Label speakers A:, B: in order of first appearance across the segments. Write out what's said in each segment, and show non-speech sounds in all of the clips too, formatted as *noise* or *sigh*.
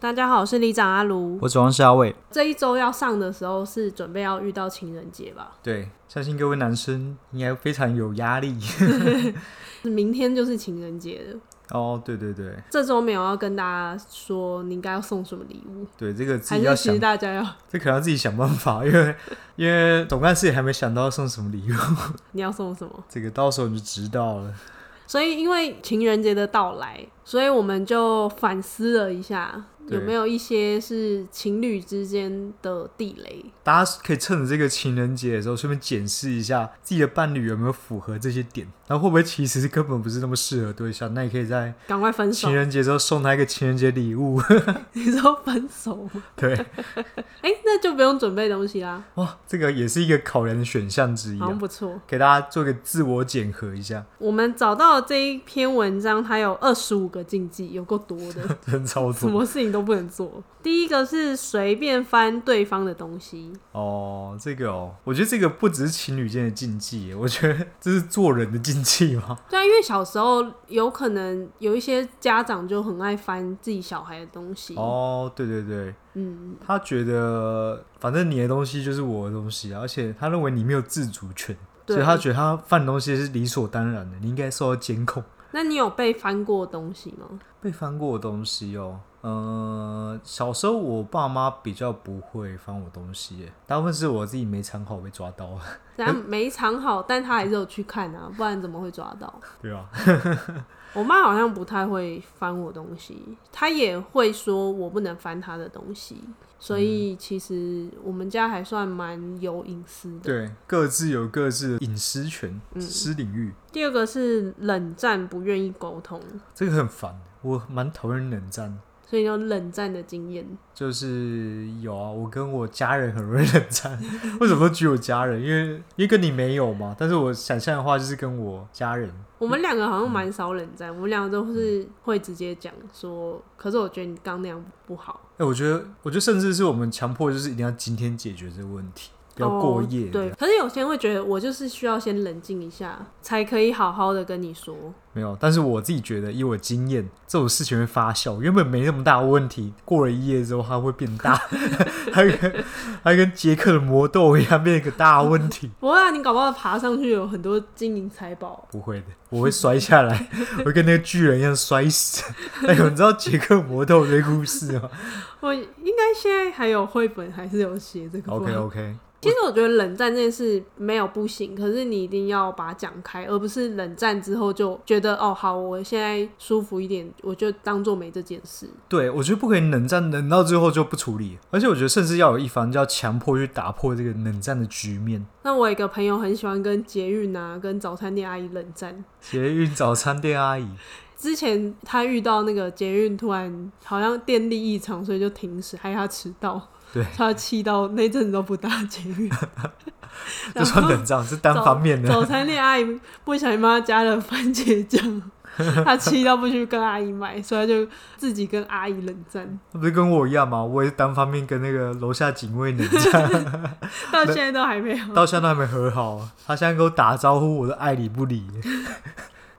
A: 大家好，我是里长阿卢。
B: 我主要是阿伟。
A: 这一周要上的时候是准备要遇到情人节吧？
B: 对，相信各位男生应该非常有压力。 *laughs*
A: 明天就是情人节了。
B: 哦，对对对
A: 这周没有要跟大家说你应该要送什么礼物，
B: 对，这个自
A: 还
B: 己要
A: 是其
B: 想
A: 实，大家要 *laughs*
B: 这可能要自己想办法， *laughs* 因为因为总干事也还没想到送什么礼物， *laughs*
A: 你要送什么？
B: 这个到时候你就知道了。
A: 所以，因为情人节的到来，所以我们就反思了一下，
B: 对
A: 有没有一些是情侣之间的地雷？
B: 大家可以趁着这个情人节的时候，顺便检视一下自己的伴侣有没有符合这些点，然后会不会其实是根本不是那么适合对象。那你可以在
A: 赶快分手
B: 情！人节之后送他一个情人节礼物。
A: *laughs* 你说分手吗？
B: 对，
A: 哎、那就不用准备东西啦，
B: 哇，这个也是一个考量的选项之一
A: 好像
B: 啊，
A: 不错。
B: 给大家做个自我检核一下。，
A: 我们找到这一篇文章，它有二十五个禁忌，有够多的
B: 真超
A: 什
B: 多
A: 么事情都不能做。 *laughs* 第一个是随便翻对方的东西，
B: 哦！这个哦，我觉得这个不只是情侣间的禁忌耶， *laughs* 我觉得这是做人的禁忌
A: *laughs*
B: 嘛。
A: 对啊，因为小时候有可能有一些家长就很爱翻自己小孩的东西，
B: 哦，对对对，
A: 嗯，
B: 他觉得反正你的东西就是我的东西啊，而且他认为你没有自主权，
A: 对
B: 所以他觉得他犯东西是理所当然的，你应该受到监控。
A: 那你有被翻过东西吗？
B: 被翻过的东西哦，呃，小时候我爸妈比较不会翻我东西耶，大部分是我自己没藏好被抓到， *laughs*
A: 然后没藏好，但他还是有去看啊，不然怎么会抓到？
B: 对吧、
A: 我妈好像不太会翻我东西，她也会说我不能翻她的东西，所以其实我们家还算蛮有隐私的。
B: 对，各自有各自的隐私权、
A: 嗯
B: 私领域。
A: 第二个是冷战，不愿意沟通，
B: 这个很烦，我蛮讨厌冷战。
A: 所以有冷战的经验。
B: 就是有啊，我跟我家人很容易冷
A: *laughs*
B: 战。为什么都举我家人？因为因为跟你没有嘛。但是我想象的话，就是跟我家人。
A: 我们两个好像蛮少冷战，我们两个都是会直接讲说，可是我觉得你刚那样不好，
B: 哎、我觉得，我觉得甚至是我们强迫，就是一定要今天解决这个问题，不要过夜
A: 哦。
B: 这
A: 对，
B: 样
A: 可是有些人会觉得我就是需要先冷静一下，才可以好好的跟你说。
B: 没有，但是我自己觉得，以我经验，这种事情会发酵。原本没那么大的问题，过了一夜之后，它会变
A: *laughs*
B: 大，它跟它跟杰克的魔豆一样，变一个大问题。
A: 不会啊，你搞不好爬上去有很多金银财宝。
B: 不会的，我会摔下来， *laughs* 我会跟那个巨人一样摔死。 *laughs* 哎呦，你知道杰克魔豆这个故事吗
A: 我应该现在还有绘本，还是有写这个吧
B: ？OK OK，
A: 其实我觉得冷战这件事没有不行，可是你一定要把它讲开，而不是冷战之后就觉得哦好，我现在舒服一点，我就当做没这件事。
B: 对我觉得不可以冷战，冷到最后就不处理，而且我觉得甚至要有一方就要强迫去打破这个冷战的局面。
A: 那我有一个朋友很喜欢跟捷运啊、跟早餐店阿姨冷战，
B: 捷运早餐店阿姨，
A: 之前他遇到那个捷运突然好像电力异常，所以就停驶，害他迟到。
B: 对，
A: 他气到那阵子都不搭捷
B: *laughs*
A: 运。
B: 这算冷战是单方面的。
A: 早餐店阿姨不小心帮他加了番茄酱，他气到不去跟阿姨买，所以他就自己跟阿姨冷战，
B: 他不是跟我一样吗？我也是单方面跟那个楼下警卫冷战， *laughs*
A: 到现在都还没有。
B: 到现在都还没和好。啊他现在给我打招呼，我都爱理不理。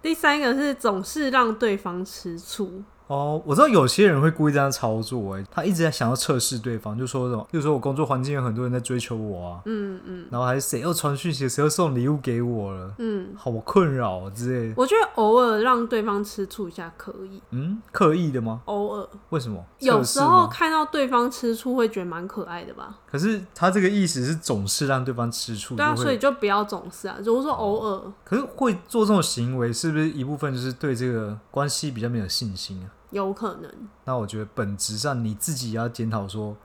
A: 第三个是总是让对方吃醋，
B: 哦，我知道有些人会故意这样操作、欸，他一直在想要测试对方，就说什么，就说我工作环境有很多人在追求我啊，
A: 嗯嗯
B: 然后还是谁又传讯息，谁又送礼物给我了，
A: 嗯，
B: 好困扰哦之类的。
A: 我觉得偶尔让对方吃醋一下可以，
B: 嗯，刻意的吗？
A: 偶尔
B: 为什么？
A: 有
B: 测试
A: 时候
B: 吗，
A: 看到对方吃醋会觉得蛮可爱的吧。
B: 可是他这个意思是总是让对方吃醋，
A: 对啊，
B: 就
A: 所
B: 嗯会
A: 以就不要总是啊。如果说偶尔
B: 可是会做这种行为，是不是一部分就是对这个关系比较没有信心啊？
A: 有可能
B: 那我觉得本质上你自己也要检讨
A: *laughs*
B: 说，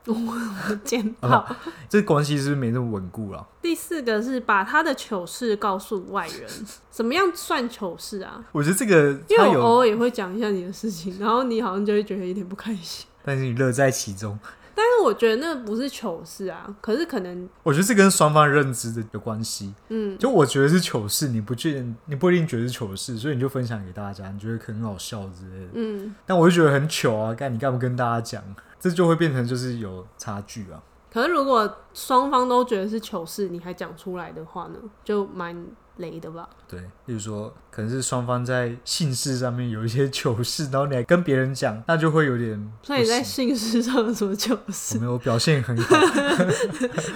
A: 见到。
B: 啊，这关系是不是没那么稳固了？
A: 第四个是把他的糗事告诉外
B: *laughs*
A: 人，怎么样算糗事啊？
B: 我觉得这个
A: 因
B: 他
A: 为我
B: 有
A: 偶尔也会讲一下你的事情，然后你好像就会觉得有点不开心。
B: 但是你乐在其中。
A: 但是我觉得那不是糗事啊，可是可能
B: 我觉得这跟双方认知的有关系。
A: 嗯，
B: 就我觉得是糗事，你不觉你不一定觉得是糗事，所以你就分享给大家，你觉得可能很好笑之类的。
A: 嗯，
B: 但我就觉得很糗啊，干你干嘛跟大家讲？这就会变成就是有差距啊。
A: 可是如果双方都觉得是糗事，你还讲出来的话呢，就蛮雷的吧？
B: 对，例如说，可能是双方在姓氏上面有一些糗事，然后你还跟别人讲，那就会有点不
A: 所以在
B: 行。
A: 姓氏上有什么糗
B: 我
A: 事？
B: 没有表现很好，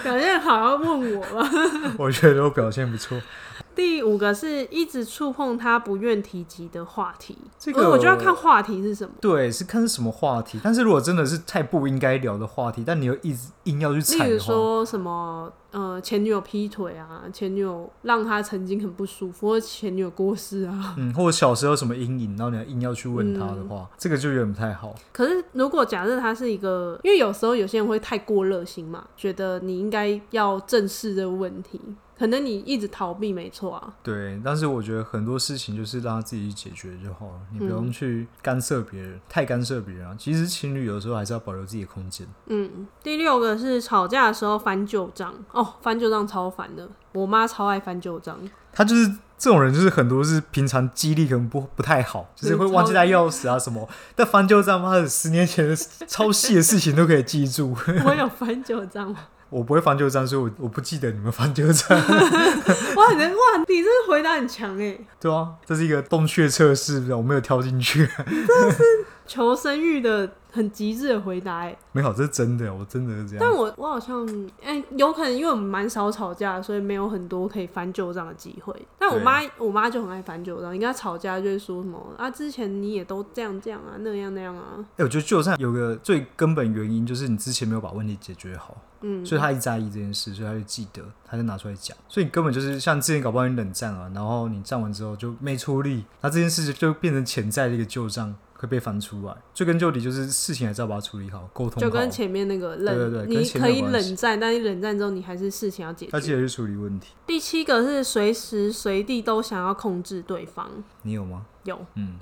A: 表现好要问我吧。
B: 我觉得我表现不错。
A: *laughs* 第五个是一直触碰他不愿提及的话题，
B: 这
A: *laughs*
B: 个
A: 我就要看话题是什么。
B: 对，是看是什么话题。但是如果真的是太不应该聊的话题，但你又一直硬要去踩
A: 例如
B: 的话，
A: 说什么呃前女友劈腿啊，前女友让他曾经很不舒服，或者前女友过世啊。 *laughs*
B: 嗯，或者小时候有什么阴影，然后你还硬要去问他的话，这个就有点不太好。
A: 可是如果假设他是一个，因为有时候有些人会太过热心嘛，觉得你应该要正视这个问题，可能你一直逃避没错啊。
B: 对，但是我觉得很多事情就是让他自己去解决就好了，你不用去干涉别人，太干涉别人啊。其实情侣有时候还是要保留自己的空间。
A: 嗯，第六个是吵架的时候翻旧账哦，翻旧账超烦的，我妈超爱翻旧账。
B: 他就是这种人，就是很多是平常记忆力可能不不太好，就是会忘记带钥匙啊什么。但翻旧账，妈的，十年前的超细的事情都可以记住。 *laughs*
A: 我有翻旧账吗？
B: 我不会翻旧账，所以我我不记得你们翻旧账。 *laughs*
A: 哇，你哇，你这个回答很强哎！
B: 对啊，这是一个洞穴测试，我没有跳进去。 *laughs*
A: 求生欲的很极致的回答哎，
B: 没有，这是真的，我真的是这
A: 但
B: 样。
A: 我我好像哎、有可能因为我们蛮少吵架，所以没有很多可以翻旧账的机会。但我
B: 对啊
A: 妈我妈就很爱翻旧账，你跟她吵架就会说什么啊，之前你也都这样这样啊，那样那样啊，
B: 哎、我觉得旧账有个最根本原因，就是你之前没有把问题解决好。
A: 嗯，
B: 所以他一直在意这件事，所以他就记得，他就拿出来讲。所以你根本就是像之前搞不好你冷战啊了，然后你战完之后就没出力，那这件事就变成潜在的一个旧账会被翻出来。追根究底就是事情还是要把它处理好，沟通
A: 就跟
B: 好，
A: 前面那个冷，
B: 对对对
A: 你
B: 跟前
A: 可
B: 面
A: 以
B: 有关系
A: 冷战，但你冷战之后你还是事情要解
B: 要记
A: 决。
B: 得去处理问题。
A: 第七个是随时随地都想要控制对方，
B: 你有吗？
A: 有，
B: 嗯，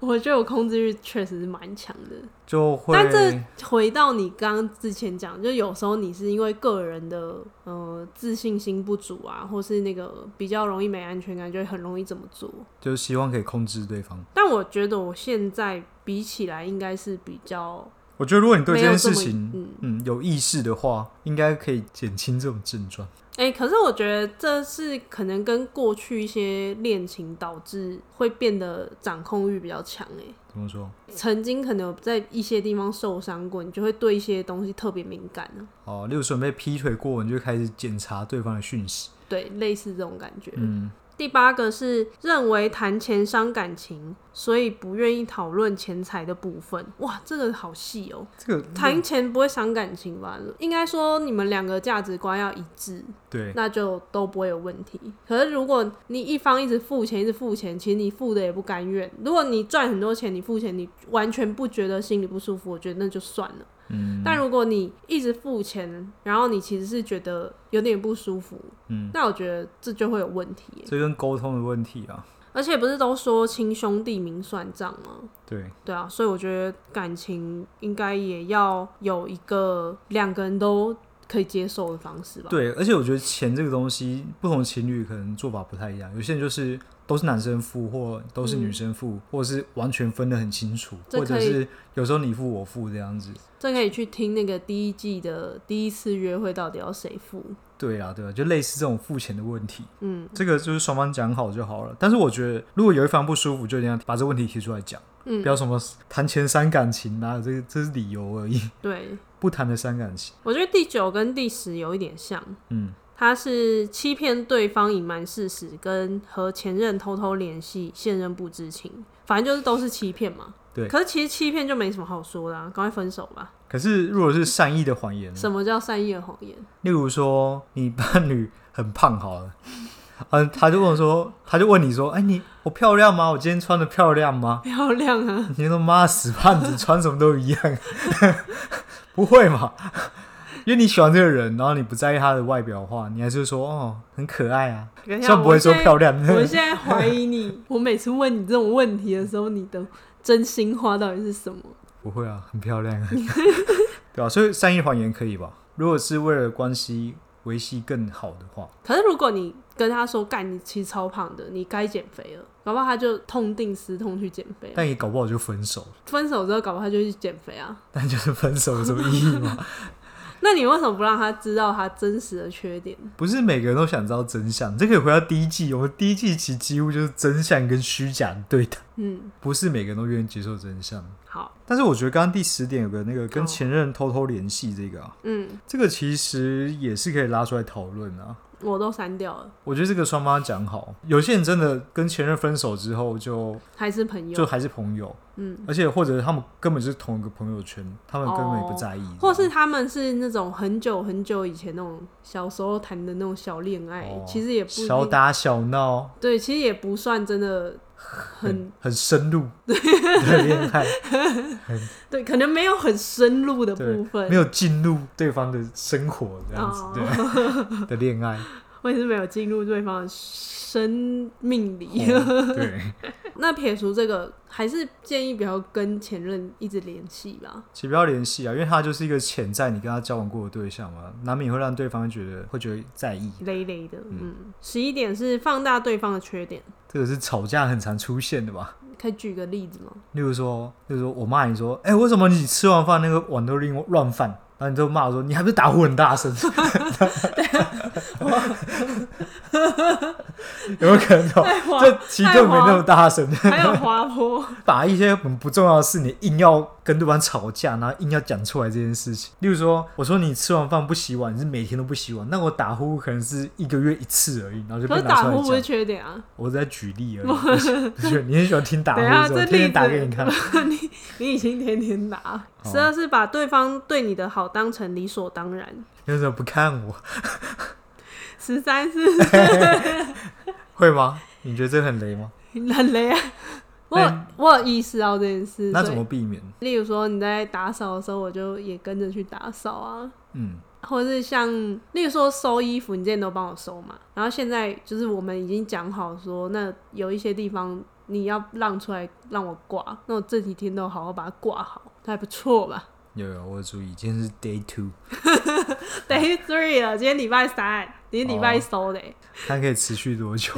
A: 我觉得我控制欲确实是蛮强的。
B: 就会。
A: 但这回到你刚刚之前讲，就有时候你是因为个人的呃自信心不足啊，或是那个比较容易没安全感，就会很容易这么做。
B: 就是希望可以控制对方。
A: 但我觉得我现在比起来，应该是比较
B: 我觉得如果你对
A: 没
B: 这
A: 有
B: 件
A: 这么
B: 事情，
A: 嗯。
B: 嗯，有意识的话，应该可以减轻这种症状。
A: 哎、可是我觉得这是可能跟过去一些恋情导致会变得掌控欲比较强哎、
B: 怎么说？
A: 曾经可能有在一些地方受伤过，你就会对一些东西特别敏感啊，
B: 哦，例如说你被劈腿过，你就开始检查对方的讯息。
A: 对，类似这种感觉。
B: 嗯，
A: 第八个是认为谈钱伤感情，所以不愿意讨论钱财的部分。哇，这个好细哦、
B: 这个
A: 谈钱不会伤感情吧？应该说你们两个价值观要一致，
B: 对，
A: 那就都不会有问题。可是如果你一方一直付钱，一直付钱，其实你付的也不甘愿。如果你赚很多钱，你付钱，你完全不觉得心里不舒服，我觉得那就算了。
B: 嗯，
A: 但如果你一直付钱，然后你其实是觉得有点不舒服，
B: 嗯，
A: 那我觉得这就会有问题耶。
B: 这跟沟通的问题啊，
A: 而且不是都说亲兄弟明算账吗？
B: 对，
A: 对啊，所以我觉得感情应该也要有一个两个人都可以接受的方式吧。，
B: 对，而且我觉得钱这个东西，不同情侣可能做法不太一样，有些人就是都是男生付，或都是女
A: 嗯
B: 生付，或者是完全分得很清楚，
A: 这
B: 或者
A: 可以
B: 是有时候你付我付这样子。
A: 这可以去听那个第一季的第一次约会到底要谁付。
B: 对啊，对啊，就类似这种付钱的问题，
A: 嗯
B: 这个就是双方讲好就好了。但是我觉得，如果有一方不舒服，就一定要把这问题提出来讲，
A: 嗯
B: 不，要什么谈钱伤感情啊，这个这是理由而已，
A: 对，
B: 不谈的伤感情。
A: 我觉得第九跟第十有一点像，
B: 嗯，
A: 它是欺骗对方、隐瞒事实，跟和前任偷偷联系，现任不知情，反正就是都是欺骗嘛。
B: 对
A: 可是其实欺骗就没什么好说的、啊，赶快分手吧。
B: 可是如果是善意的谎言呢，
A: 什么叫善意的谎言？ *laughs*
B: 例如说，你伴侣很胖好了， *laughs* 嗯，他就问我说，他就问你说，哎、你我漂亮吗？我今天穿的漂亮吗？
A: 漂亮啊！
B: 你说妈死胖子，穿什么都一样， *laughs* 不会嘛？因为你喜欢这个人，然后你不在意他的外表的话，你还是说哦很可爱啊，
A: 等一
B: *laughs* 虽
A: 下
B: 然不会说漂。亮，
A: 我现在我现在怀疑你，我每次问你这种问题的时候，你的真心话到底是什么？
B: *laughs* 不会啊，很漂亮啊， *laughs* 对吧、啊所以善意还原可以吧？如果是为了关系维系更好的话，
A: 可是如果你跟他说干，你其实超胖的，你该减肥了，搞不好他就痛定思痛去减肥。啊
B: 但也搞不好就分手，
A: 分手之后，搞不好他就去减肥啊。
B: 但就是 *laughs* 分手有什么意义吗？ *laughs*
A: 那你为什么不让他知道他真实的缺点？
B: 不是每个人都想知道真相，这可以回到第一季，我们第一季其实几乎就是真相跟虚假的对谈，
A: 嗯，
B: 不是每个人都愿意接受真相。
A: 好，
B: 但是我觉得刚刚第十点有个那个跟
A: 哦
B: 前任偷偷联系这个啊，
A: 嗯，
B: 这个其实也是可以拉出来讨论啊。
A: 我都删掉了，
B: 我觉得这个双方讲好，有些人真的跟前任分手之后就
A: 还是朋
B: 就
A: 友，
B: 还是朋友，
A: 嗯，
B: 而且或者他们根本就是同一个朋友圈，他们根本也不在意，
A: 哦或是他们是那种很久很久以前那种小时候谈的那种小恋爱，
B: 哦
A: 其实也不一定
B: 小打小闹，
A: 对，其实也不算真的很
B: 很很深入的恋爱，
A: *laughs* 对，可能没有很深入的
B: 对
A: 部分，
B: 没有进入对方的生活这样子，
A: 哦
B: 对 *laughs* 的恋爱，
A: 我也是没有进入对方的生命里。
B: 哦对，
A: 那撇除这个，还是建议不要跟前任一直联系吧。
B: 其实不要联系啊，因为他就是一个潜在你跟他交往过的对象嘛，难免会让对方觉得会觉得在意，
A: 累累的，嗯。十一点是放大对方的缺点，
B: 这个是吵架很常出现的吧？
A: 可以举个例子吗？
B: 例如说，例如说我骂你说，哎、为什么你吃完饭那个碗都乱乱放？然后你就骂我说，你还不是打呼很大声？ *laughs* 有没有可能哦？
A: 太滑，
B: 这其实根本没那么大声，
A: 哎还有滑
B: *laughs*
A: 坡，
B: 把一些很不重要的事，你硬要跟对方吵架，然后硬要讲出来这件事情。例如说，我说你吃完饭不洗碗，你是每天都不洗碗，那我打呼可能是一个月一次而已，然后就
A: 可
B: 被
A: 是
B: 拿出
A: 打
B: 来
A: 呼不是
B: 讲。
A: 缺点啊。
B: 我在举例而 *laughs* 已，不是你很喜欢听打呼
A: 等一下
B: 是吧？
A: 啊这
B: 天天打
A: 例子
B: 给
A: *laughs*
B: 你看。
A: 你你已经天天打。
B: 好
A: 十二是把对方对你的好当成理所当然。
B: 你为什么不看我？
A: 十三是 *laughs*
B: 会吗？你觉得这很雷吗？
A: 很累啊。我有
B: 那
A: 我有意识到这件事，
B: 哎那
A: 所
B: 怎
A: 以
B: 么避免？
A: 例如说你在打扫的时候，我就也跟着去打扫啊，
B: 嗯，
A: 或者是像例如说收衣服，你之前都帮我收嘛，然后现在就是我们已经讲好说，那有一些地方你要让出来让我挂，那我这几天都好好把它挂好，还不错吧 *laughs*
B: 有有，我有注意，今天是 day two，
A: ？Day three 了，今天礼拜三，你是礼拜一
B: 哦
A: 收的、欸。
B: 看可以持续多
A: *laughs*
B: 久？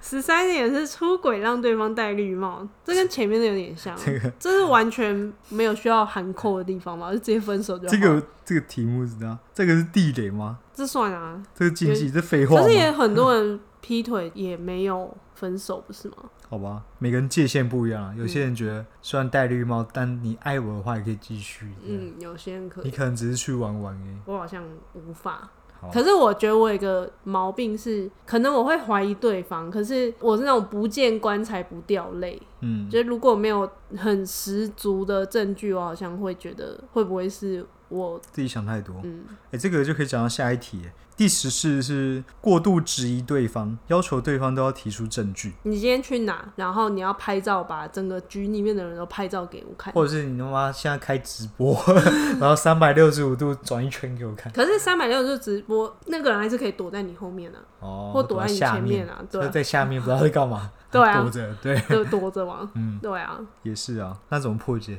A: 十三点是出轨让对方戴绿帽，这跟前面的有点
B: *laughs*
A: 像，这是完全没有需要含扣的地方嘛，就直接分手就好。
B: 这个这个题目是这样，这个是地雷吗？
A: 这算啊，
B: 这个禁忌，这废话
A: 可是也
B: 吗？ *laughs*
A: 很多人劈腿也没有分手，不是吗？
B: 好吧，每个人界限不一样啊。
A: 嗯
B: 有些人觉得虽然戴绿帽，但你爱我的话也可以继续。嗯，
A: 嗯，有些人可
B: 你
A: 以，
B: 可能只是去玩玩而已。
A: 我好像无法。
B: 好，
A: 可是我觉得我有一个毛病是，可能我会怀疑对方，可是我是那种不见棺材不掉泪，
B: 嗯，
A: 就是如果没有很十足的证据，啊我好像会觉得会不会是我
B: 自己想太多。
A: 嗯
B: 哎、这个就可以讲到下一题耶。第十是是过度质疑对方，要求对方都要提出证据。
A: 你今天去哪，然后你要拍照，把整个局里面的人都拍照给我看。
B: 或者是你他妈现在开直
A: *laughs*
B: 播，然后三百六十五度转一圈给我看，
A: 可是三百六十直播，那个人还是可以躲在你后面啊，
B: 哦，
A: 或躲在你
B: 下
A: 前面，啊，对
B: 就
A: 啊，
B: 在下面不知道在干嘛，
A: *laughs* 对啊
B: *laughs* 躲着，对，
A: 就躲着嘛，
B: 嗯，
A: 对啊，
B: 也是啊，那怎么破解？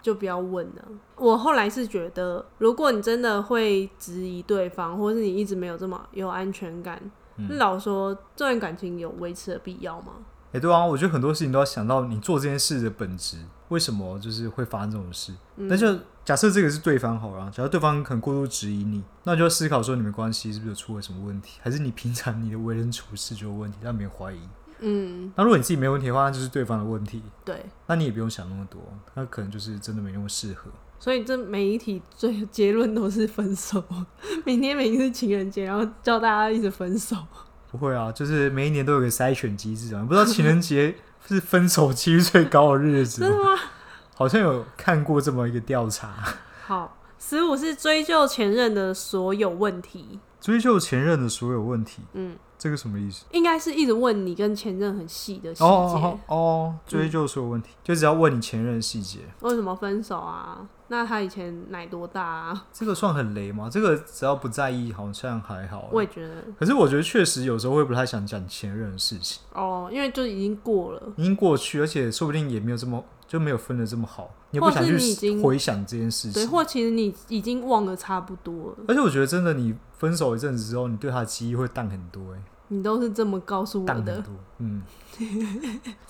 A: 就不要问了。我后来是觉得，如果你真的会质疑对方，或是你一直没有这么有安全感，
B: 嗯
A: 那老实说这段感情有维持的必要吗？
B: 哎、对啊，我觉得很多事情都要想到你做这件事的本质，为什么就是会发生这种事？那就假设这个是对方好了啊，假如对方可能过度质疑你，那就要思考说你们关系是不是有出了什么问题，还是你平常你的为人处事就有问题，让别人怀疑？
A: 嗯，
B: 那如果你自己没问题的话，那就是对方的问题，
A: 对，
B: 那你也不用想那么多，那可能就是真的没那么适合。
A: 所以这每一题最结论都是分手。 *laughs* 明天明明是情人节，然后叫大家一直分手。
B: 不会啊，就是每一年都有个筛选机制啊。不知道情人节是分手几率最高的日 *laughs* 子吗？好像有看过这么一个调查，
A: 好，十五是追究前任的所有问题。
B: 追究前任的所有问题。
A: 嗯，
B: 这个什么意思？
A: 应该是一直问你跟前任很细的细节，
B: 哦哦哦哦，追究所有问题，就只要问你前任细节，
A: 为什么分手啊？那他以前奶多大啊？
B: 这个算很雷吗？这个只要不在意，好像还好。啊
A: 我也觉得
B: 可是我觉得确实有时候会不太想讲前任的事情，
A: 哦，因为就已经过了，
B: 已经过去，而且说不定也没有这么就没有分的这么好，你也不
A: 或是
B: 想去
A: 你已经
B: 回想这件事
A: 对，
B: 情。
A: 或其实你已经忘了差不多了，
B: 而且我觉得真的，你分手一阵子之后，你对他的记忆会淡很多、欸，
A: 你都是这么告诉我
B: 淡
A: 的
B: 很。多。嗯，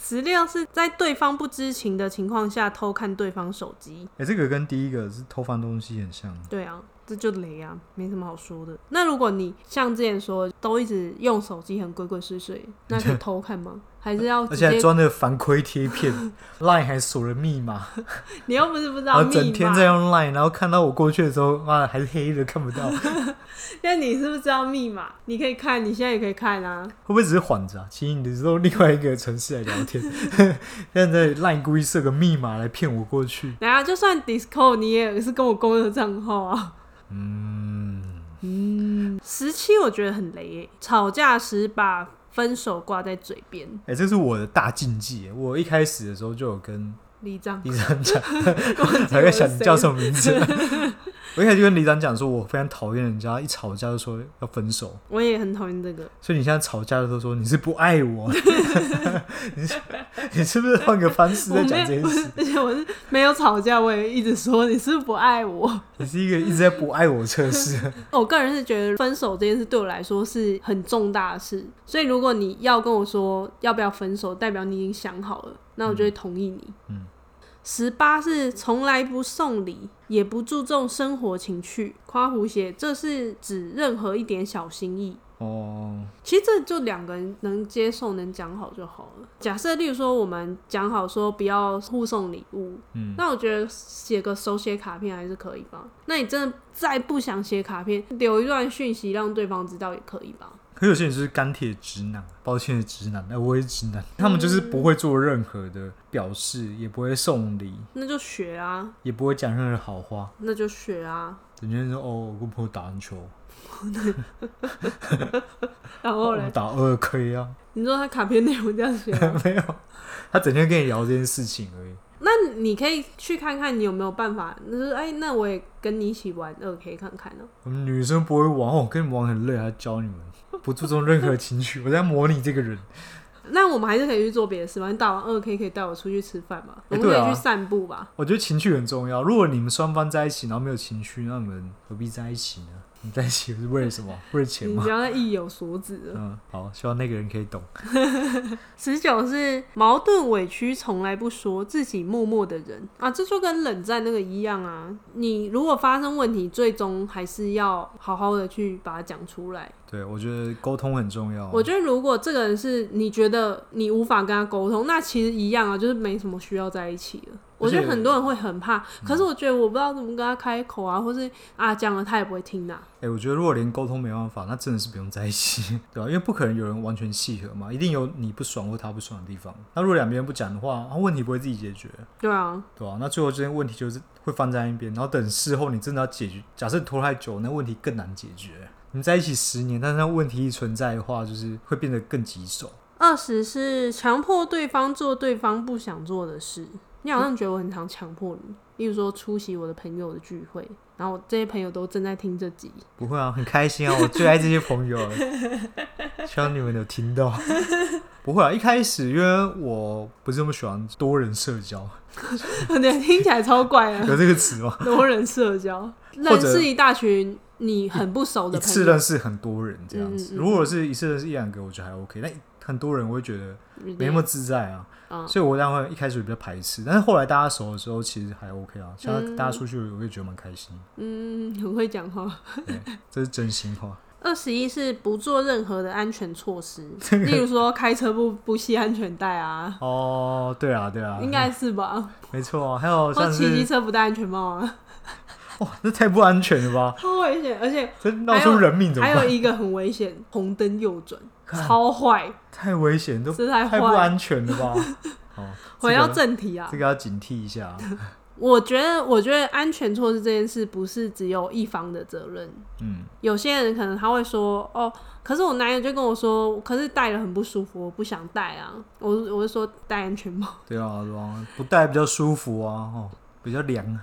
A: 十六是在对方不知情的情况下偷看对方手机，
B: 哎、这个跟第一个是偷翻东西很像。
A: 对啊，这就雷啊，没什么好说的。那如果你像之前说都一直用手机很鬼鬼祟祟，那是偷看吗？
B: *laughs*
A: 还是要
B: 而
A: 直
B: 且还
A: 接？
B: 装那个反馈贴片，Line 还锁了密码，
A: *laughs* 你又不是不知
B: 然
A: 道
B: 后
A: 密码，
B: 啊整天在用 Line，然后看到我过去的时候，妈的还是黑的，看不
A: *laughs*
B: 到，会
A: 那你是不是知道密码？你可以看，你现在也可以看啊。
B: 不会只是缓着、啊？其实你是用另外一个城市来聊天，现在 Line 故意设个密码来骗我过去。
A: 等啊下就算 Discord 你也是跟我公用的账号啊。
B: 嗯，
A: 十七我觉得很雷耶、吵架时把分手挂在嘴边，
B: 哎、这是我的大禁忌耶。我一开始的时候就有跟
A: 李章，
B: 李长讲，
A: *laughs* 我
B: 还在想你叫什
A: 么？
B: 么名
A: *laughs*
B: 字。我一开始就跟李长讲说，我非常讨厌人家一吵架就说要分手，
A: 我也很讨厌这个。
B: 所以你现在吵架的时候说你是不爱我， *laughs* 你是你是不是换个方式
A: 我
B: 在
A: 没
B: 讲这
A: 有，
B: 件
A: 不是
B: 事？，
A: 而且我是没有吵架，我也一直说你是不是不爱我。
B: 你是一个一直在不爱我
A: *laughs*
B: 测试。
A: 我个人是觉得分手这件事对我来说是很重大的事，所以如果你要跟我说要不要分手，代表你已经想好了，那我就会同意你。
B: 嗯。
A: 十八是从来不送礼，也不注重生活情趣。夸胡写，这是指任何一点小心意，
B: 哦，
A: 其实这就两个人能接受、能讲好就好了。假设，例如说我们讲好说不要互送礼物，
B: 嗯，
A: 那我觉得写个手写卡片还是可以吧。那你真的再不想写卡片，留一段讯息让对方知道也可以吧？
B: 可有些人就是钢铁直男，啊抱歉的直男，哎、我也是直
A: 嗯
B: 男，他们就是不会做任何的表示，也不会送礼，
A: 那就学啊，
B: 也不会讲任何好话，
A: 那就学啊。
B: 整天说哦，我跟朋友打篮球，
A: 然
B: 哦我
A: 后
B: 们
A: 嘞，
B: 打二 K 啊， *laughs*
A: 你说他卡片内容这样学、啊，
B: 没有，他整天跟你聊这件事情而已。
A: 那你可以去看看你有没有办法，就是哎，那我也跟你一起玩二 K 看啊看呢、
B: 我们女生不会玩，哦我跟你们玩很累，还教你们，不注重任何情绪，我在模拟这个人。
A: 那我们还是可以去做别的事吧。你打完二 K 可以带我出去吃饭吧，我
B: 哎
A: 们可
B: 对啊
A: 以去散步吧。
B: 我觉得情绪很重要。如果你们双方在一起，然后没有情绪，那你们何必在一起呢？你们在一起是为了什么？为了钱
A: 你
B: 吗 *laughs*
A: 不？要再意有所指了。
B: 嗯，好，希望那个人可以懂。
A: 十九是矛盾委屈从来不说，自己默默的人啊，这就跟冷战那个一样啊。你如果发生问题，最终还是要好好的去把它讲出来。
B: 对，我觉得沟通很重要。
A: 我觉得如果这个人是你觉得你无法跟他沟通，那其实一样啊，就是没什么需要在一起了。我觉
B: 而
A: 得
B: 且嗯
A: 很多人会很怕，可是我觉得我不知道怎么跟他开口啊，或是啊讲了他也不会听啊。
B: 哎、我觉得如果连沟通没办法，那真的是不用在一起，对吧、因为不可能有人完全契合嘛，一定有你不爽或他不爽的地方。那如果两边不讲的话，啊问题不会自己解决，
A: 对啊，
B: 对吧、那最后这些问题就是会放在一边，然后等事后你真的要解决，假设拖太久，那问题更难解决。你们在一起十年，但是那问题一存在的话，就是会变得更棘手。
A: 二十是强迫对方做对方不想做的事。你好像觉得我很常强迫你，例如说出席我的朋友的聚会，然后我这些朋友都正在听这集， *laughs*
B: 不会啊，很开心啊，我最爱这些朋友了。希望你们有听到。 *laughs* 不会啊，一开始因为我不是那么喜欢多人社交，
A: 对，听起来超怪啊，
B: 有这个词吗？
A: 多人社交，
B: 或
A: 认
B: 者
A: 识一大群你很不熟
B: 一
A: 的
B: 次
A: 朋
B: 认
A: 友，
B: 识很多人这样子，
A: 嗯嗯嗯
B: 如果是一次认识一两个，我觉得还 OK。那很多人我会觉得没那么自在啊，
A: 嗯
B: 所以我当然会一开始比较排斥，但是后来大家熟的时候，其实还 OK 啊。像
A: 嗯
B: 大家出去，我也觉得蛮开心，
A: 嗯，很会讲话。
B: 这是真心话。
A: 二十一是不做任何的安全措
B: *laughs*
A: 施，例如说开车不不系安全带啊，
B: 哦，对啊，对啊，
A: 应该是吧？
B: 没错啊。还有
A: 或
B: 像
A: 骑机
B: 是
A: 车不戴安全帽啊，
B: 哇，这太不安全了吧？
A: 超危险，而且
B: 这闹出人命怎么
A: 还有
B: 办？
A: 一个很危险，红灯右转，
B: *laughs* 看
A: 超坏，
B: 太危险，都
A: 这太
B: 太不
A: 坏。 *laughs*
B: 安全了吧？哦，
A: 回到
B: 这个
A: 正题啊
B: 这，个要警惕一下啊。
A: 我觉得，我觉得安全措施这件事不是只有一方的责任。
B: 嗯，
A: 有些人可能他会说，哦，可是我男友就跟我说，哦可是戴了很不舒服，我不想戴啊。我我就说戴安全帽， *laughs*
B: 对啊，对啊，不戴比较舒服啊，哦，比较凉啊。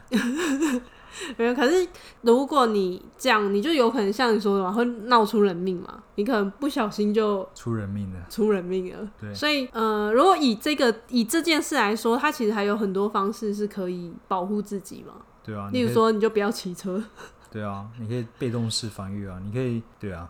A: 没有。可是如果你这样，你就有可能像你说的嘛，会闹出人命嘛。你可能不小心就
B: 出人命了。
A: 出人命了。
B: 对
A: 所以呃，如果以这个以这件事来说，它其实还有很多方式是可以保护自己嘛。
B: 对啊，
A: 例
B: 你可
A: 如
B: 以，
A: 说，你就不要骑车， *laughs*
B: 对啊，你可以被动式防御啊，你可以，对啊，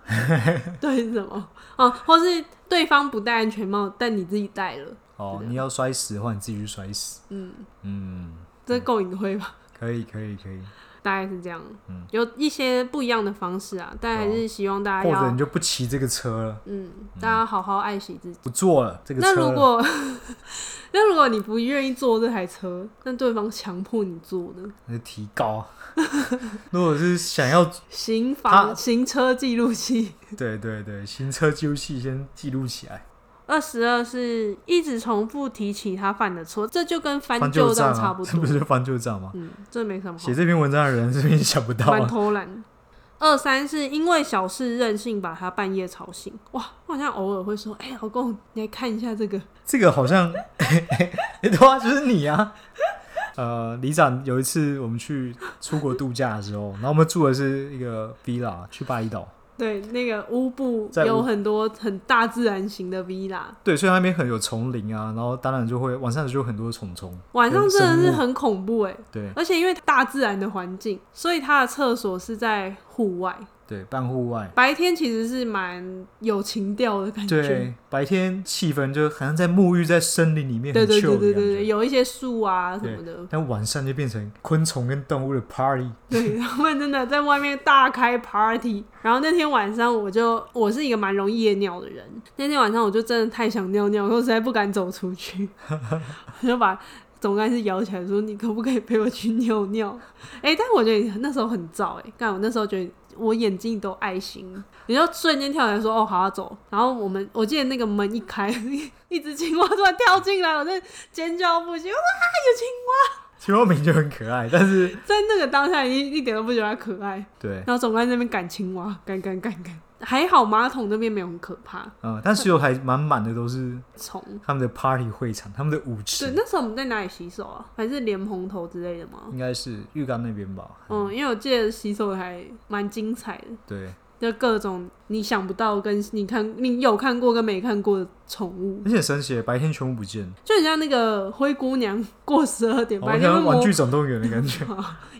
A: 对是什么啊，或是对方不戴安全帽，但你自己戴了，
B: 哦
A: 对，啊
B: 你要摔死的话，你自己去摔死。
A: 嗯，
B: 嗯，
A: 这够隐晦吧？
B: 可以，可以，可以，
A: 大概是这样
B: 嗯，
A: 有一些不一样的方式啊，但还是希望大家
B: 哦或者
A: 要
B: 你，就不骑这个车了，
A: 嗯，大家好好爱惜自己。
B: 不坐了这个
A: 那
B: 车
A: 如
B: 了。
A: 果 *laughs* 那如果你不愿意坐这台车，那对方强迫你坐呢？
B: 那就提高 *laughs* 啊。如果是想要，
A: 行房
B: 他
A: 行车记录器。
B: 对对对，行车记录器先记录起来。
A: 二十二是一直重复提起他犯的错，这就跟翻
B: 翻
A: 旧
B: 账
A: 账差
B: 啊
A: 不，
B: 这
A: 多
B: 不。是翻旧账吗？
A: 嗯，这没什么好
B: 写这篇文章的人是不是想不到
A: 蛮 *laughs*
B: 啊？
A: 偷懒。二三是因为小事任性把他半夜吵醒。哇，我好像偶尔会说，哎、老公，你来看一下这个。
B: 这个好像， *laughs* 欸对啊，就是你啊。呃，里长有一次我们去出国度假的时候，然后我们住的是一个 villa，去巴厘岛。
A: 对，那个乌布
B: 在
A: 有
B: 乌
A: 很多很大自然型的 villa，
B: 对，所以它那边很有丛林啊，然后当然就会晚上就有很多虫虫。
A: 晚上真的是
B: 生物
A: 很恐怖哎、
B: 对
A: 而且因为大自然的环境，所以他的厕所是在户外，
B: 对，半户外。
A: 白天其实是蛮有情调的感觉。
B: 对，白天气氛就好像在沐浴在森林里面，
A: 对
B: 很
A: 对
B: chill
A: 对对对
B: 的感
A: 对，
B: 觉。
A: 有一些树啊什
B: 对
A: 么 *laughs* 的，
B: 但晚上就变成昆虫跟动物的 party。 *laughs*
A: 对他们真的在外面大开 party。然后那天晚上我就我是一个蛮容易夜尿的人，那天晚上我就真的太想尿尿，我实在不敢走出
B: *laughs*
A: 去，我就把。总干事摇起来说：“你可不可以陪我去尿尿？”哎、但我觉得那时候很燥哎、干我那时候觉得我眼睛都爱心，你就瞬间跳起来说：“哦，好、啊，走。”然后我们我记得那个门一开， *laughs* 一只青蛙突然跳进来，我在尖叫不行，哇，有青
B: 青蛙名就很可爱，但是
A: 蛙！在那个当下已经一点都不觉得它可爱，
B: 对，
A: 然后总在那边赶青蛙，赶赶赶赶，还好马桶那边没有很可怕，
B: 嗯，但石油还满满的都是
A: 虫。
B: 他们的 party 会场，他们的舞
A: 对，
B: 池，
A: 那时候我们在哪里洗手啊？还是莲蓬头之类的吗？
B: 应该是浴缸那边吧？
A: 嗯，因为我记得洗手还蛮精彩的，
B: 对，
A: 就各种你想不到跟你看你有看过跟没看过的宠物，
B: 而且很神奇，白天全部不见了，
A: 就很像那个灰姑娘过十二点，
B: 哦好
A: 白天会
B: 像玩
A: 魔
B: 具总动员
A: *laughs*
B: 的感觉，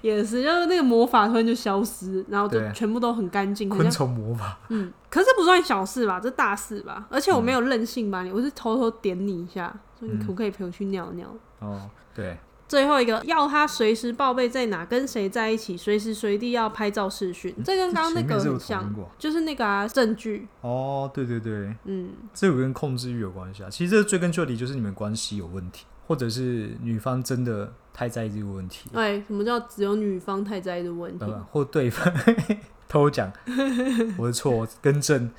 A: 也是，就是那个魔法突然就消失，然后就
B: 对
A: 全部都很干净，很
B: 昆
A: 像
B: 虫魔法。
A: 嗯，可是不算小事吧，这大事吧。而
B: 嗯
A: 且我没有任性吧，你，我是偷偷点你一下，说你可不可以陪我去尿尿。
B: 哦，对，
A: 最后一个要他随时报备在哪，跟谁在一起，随时随地要拍照视讯，这跟刚刚那
B: 前
A: 个
B: 面是有
A: 很
B: 讨论
A: 像，
B: 过。
A: 就是那个啊证据，
B: 哦，对对对，
A: 嗯，
B: 这个跟控制欲有关系啊。其实这追根究底就是你们关系有问题，或者是女方真的太在意这个问题，
A: 哎、什么叫只有女方太在意的问题？
B: 呃，或嗯对方 *laughs* 偷讲，我的错，我更正，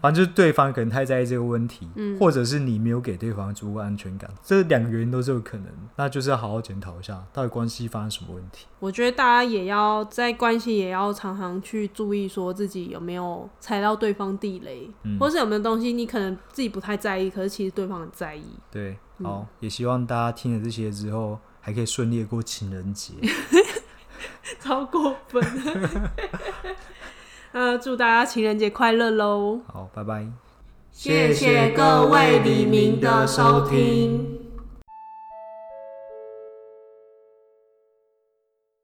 B: 反正就是对方可能太在意这个问题，
A: 嗯
B: 或者是你没有给对方足够安全感，这两个原因都是有可能，那就是要好好检讨一下，到底关系发生什么问题。
A: 我觉得大家也要在关系也要常常去注意，说自己有没有踩到对方地雷，
B: 嗯
A: 或是有没有东西你可能自己不太在意，可是其实对方很在意。
B: 对，
A: 嗯
B: 好，也希望大家听了这些之后，还可以顺利地过情人节。
A: *laughs* 超过分。那祝大家情人节快乐喽！
B: 好，拜拜。
A: 谢谢各位黎明的收听。